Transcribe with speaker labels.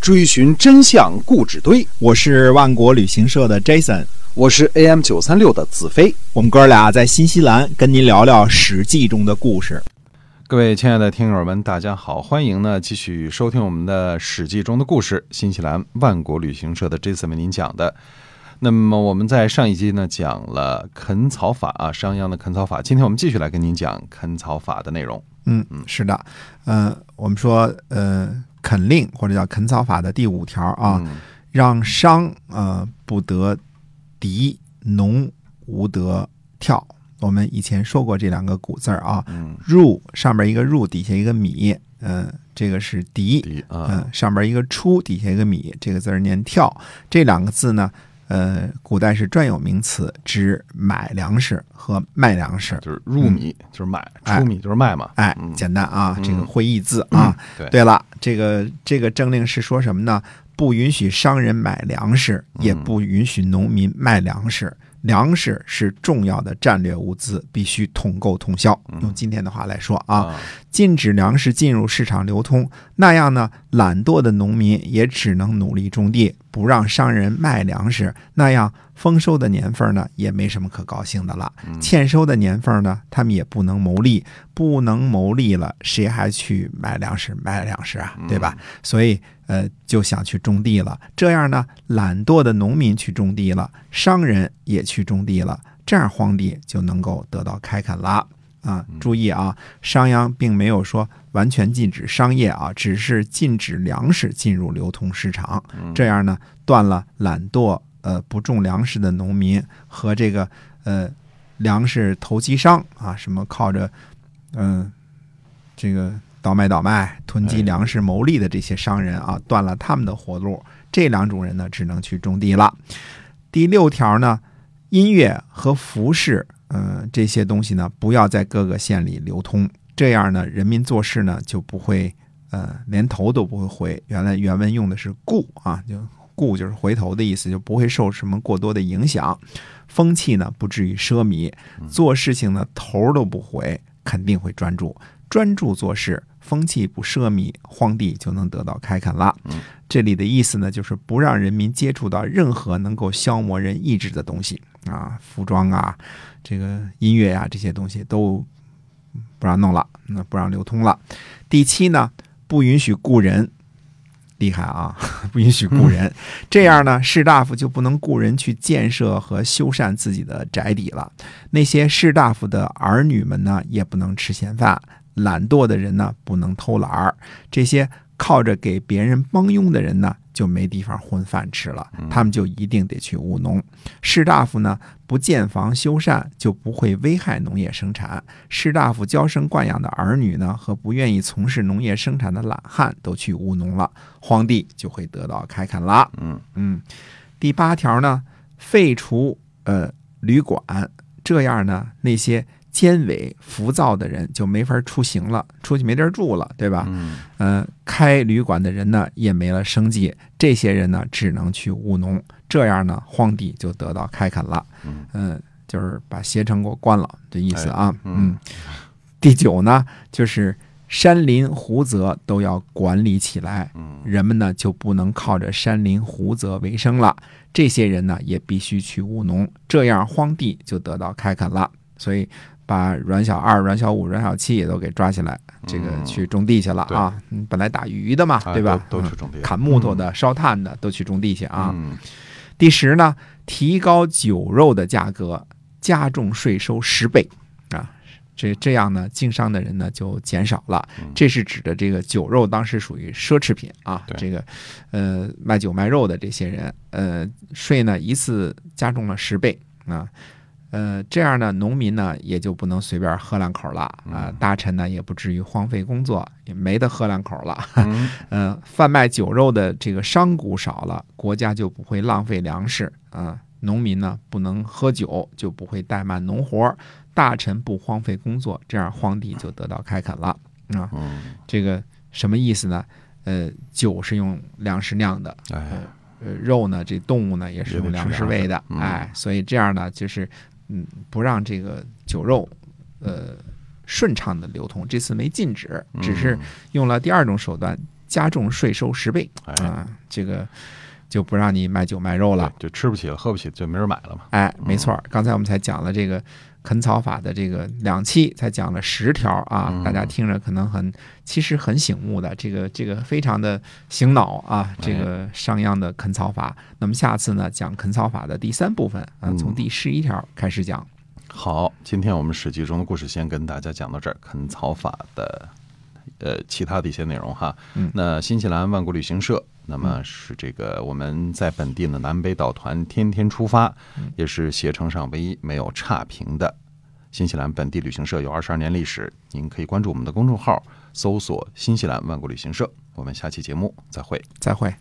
Speaker 1: 追寻真相故纸堆。
Speaker 2: 我是万国旅行社的 Jason，
Speaker 1: 我是 AM 九三六的子飞。
Speaker 2: 我们哥俩在新西兰跟您聊聊《史记》中的故事。
Speaker 1: 各位亲爱的听友们，大家好，欢迎呢继续收听我们的《史记》中的故事。新西兰万国旅行社的 Jason 为您讲的。那么我们在上一集呢讲了垦草法啊，商鞅的垦草法。今天我们继续来跟您讲垦草法的内容。
Speaker 2: 嗯，是的，呃，我们说，呃，垦令或者叫垦草法的第五条啊，
Speaker 1: 嗯
Speaker 2: 让商呃不得敌，农无得跳。我们以前说过这两个古字儿啊，
Speaker 1: 嗯，
Speaker 2: 入上面一个入，底下一个米，嗯、这个是敌，
Speaker 1: 第一
Speaker 2: 嗯、
Speaker 1: 啊，
Speaker 2: 上面一个出，底下一个米，这个字儿念跳。这两个字呢，呃，古代是专有名词，指买粮食和卖粮食。
Speaker 1: 就是入米就是买，
Speaker 2: 哎
Speaker 1: 出米就是卖嘛。
Speaker 2: 哎
Speaker 1: 嗯，
Speaker 2: 简单啊，这个
Speaker 1: 嗯
Speaker 2: 会意字啊。
Speaker 1: 对
Speaker 2: 对了，这个这个政令是说什么呢？不允许商人买粮食，也
Speaker 1: 嗯
Speaker 2: 不允许农民卖粮食。粮食是重要的战略物资，必须统购统销。用今天的话来说啊，
Speaker 1: 嗯啊，
Speaker 2: 禁止粮食进入市场流通，那样呢，懒惰的农民也只能努力种地，不让商人卖粮食，那样丰收的年份呢，也没什么可高兴的了。
Speaker 1: 嗯
Speaker 2: 欠收的年份呢，他们也不能谋利，不能谋利了，谁还去买粮食买粮食啊，对吧？所以呃，就想去种地了。这样呢，懒惰的农民去种地了，商人也去种地了，这样荒地就能够得到开垦啦。啊，注意啊，商鞅并没有说完全禁止商业啊，只是禁止粮食进入流通市场。这样呢，断了懒惰呃不种粮食的农民和这个呃粮食投机商啊，什么靠着嗯、这个倒卖倒卖、囤积
Speaker 1: 哎
Speaker 2: 粮食牟利的这些商人啊，断了他们的活路。这两种人呢，只能去种地了。第六条呢，音乐和服饰，嗯、这些东西呢，不要在各个县里流通，这样呢，人民做事呢就不会，呃，连头都不会回。原来原文用的是顾啊，就顾就是回头的意思，就不会受什么过多的影响。风气呢不至于奢靡，做事情呢头儿都不回，肯定会专注，专注做事，风气不奢靡，荒地就能得到开垦了。这里的意思呢，就是不让人民接触到任何能够消磨人意志的东西啊，服装啊，这个音乐呀、啊这些东西都不让弄了，那不让流通了。第七呢，不允许雇人，厉害啊， 不允许雇人。这样呢，士大夫就不能雇人去建设和修缮自己的宅邸了。那些士大夫的儿女们呢，也不能吃闲饭；懒惰的人呢，不能偷懒儿。这些靠着给别人帮佣的人呢，就没地方混饭吃了，他们就一定得去务农。士大夫呢，不建房修缮，就不会危害农业生产。士大夫娇生惯养的儿女呢，和不愿意从事农业生产的懒汉都去务农了，荒地就会得到开垦啦。
Speaker 1: 嗯
Speaker 2: 嗯，第八条呢，废除呃旅馆，这样呢，那些奸伪浮躁的人就没法出行了，出去没地儿住了，对吧？
Speaker 1: 嗯
Speaker 2: 呃，开旅馆的人呢也没了生计，这些人呢只能去务农，这样呢荒地就得到开垦了。
Speaker 1: 嗯
Speaker 2: 嗯，就是把携程给我关了，这意思啊。
Speaker 1: 哎
Speaker 2: 嗯
Speaker 1: 嗯，
Speaker 2: 第九呢就是山林湖泽都要管理起来，
Speaker 1: 嗯
Speaker 2: 人们呢就不能靠着山林湖泽为生了，这些人呢也必须去务农，这样荒地就得到开垦了。所以把阮小二、阮小五、阮小七也都给抓起来，这个
Speaker 1: 嗯
Speaker 2: 去种地去了啊！嗯本来打鱼的嘛，
Speaker 1: 哎
Speaker 2: 对吧？
Speaker 1: 都都去
Speaker 2: 嗯
Speaker 1: 种地
Speaker 2: 砍木头的、烧炭的都去种地去啊。
Speaker 1: 嗯
Speaker 2: 第十呢，提高酒肉的价格，加重税收十倍啊。这这样呢，经商的人呢就减少了。这是指的这个酒肉，当时属于奢侈品啊。
Speaker 1: 对
Speaker 2: 这个，呃，卖酒卖肉的这些人，呃，税呢一次加重了十倍啊。呃，这样呢，农民呢也就不能随便喝两口了啊、大臣呢也不至于荒废工作，也没得喝两口了。
Speaker 1: 嗯
Speaker 2: 嗯，贩卖酒肉的这个商贾少了，国家就不会浪费粮食啊、农民呢不能喝酒，就不会怠慢农活儿。大臣不荒废工作，这样荒地就得到开垦了啊、
Speaker 1: 嗯，
Speaker 2: 这个什么意思呢？呃，酒是用粮食酿的，
Speaker 1: 哎，
Speaker 2: 呃，肉呢，这动物呢也是
Speaker 1: 也得
Speaker 2: 用粮
Speaker 1: 吃
Speaker 2: 食
Speaker 1: 粮
Speaker 2: 喂
Speaker 1: 食
Speaker 2: 的，
Speaker 1: 嗯
Speaker 2: 哎，所以这样呢，就是嗯，不让这个酒肉，
Speaker 1: 嗯
Speaker 2: 呃，顺畅的流通。这次没禁止，只是用了第二种手段，加重税收十倍
Speaker 1: 哎
Speaker 2: 啊，这个就不让你卖酒卖肉了。
Speaker 1: 对就吃不起了，喝不起就没人买了嘛。
Speaker 2: 哎，没错儿，刚才我们才讲了这个垦草法的这个两期，才讲了十条啊
Speaker 1: 嗯，
Speaker 2: 大家听着可能很，其实很醒目的，这个这个非常的醒脑啊，
Speaker 1: 哎
Speaker 2: 这个商鞅的垦草法。那么下次呢，讲垦草法的第三部分啊
Speaker 1: 嗯，
Speaker 2: 从第十一条开始讲。
Speaker 1: 好，今天我们《史记》中的故事先跟大家讲到这儿，垦草法的呃其他的一些内容哈。
Speaker 2: 嗯
Speaker 1: 那新西兰万国旅行社，那么是这个我们在本地的南北岛团天天出发，也是携程上唯一没有差评的新西兰本地旅行社，有二十二年历史。您可以关注我们的公众号，搜索“新西兰万国旅行社”。我们下期节目再会。
Speaker 2: 再会。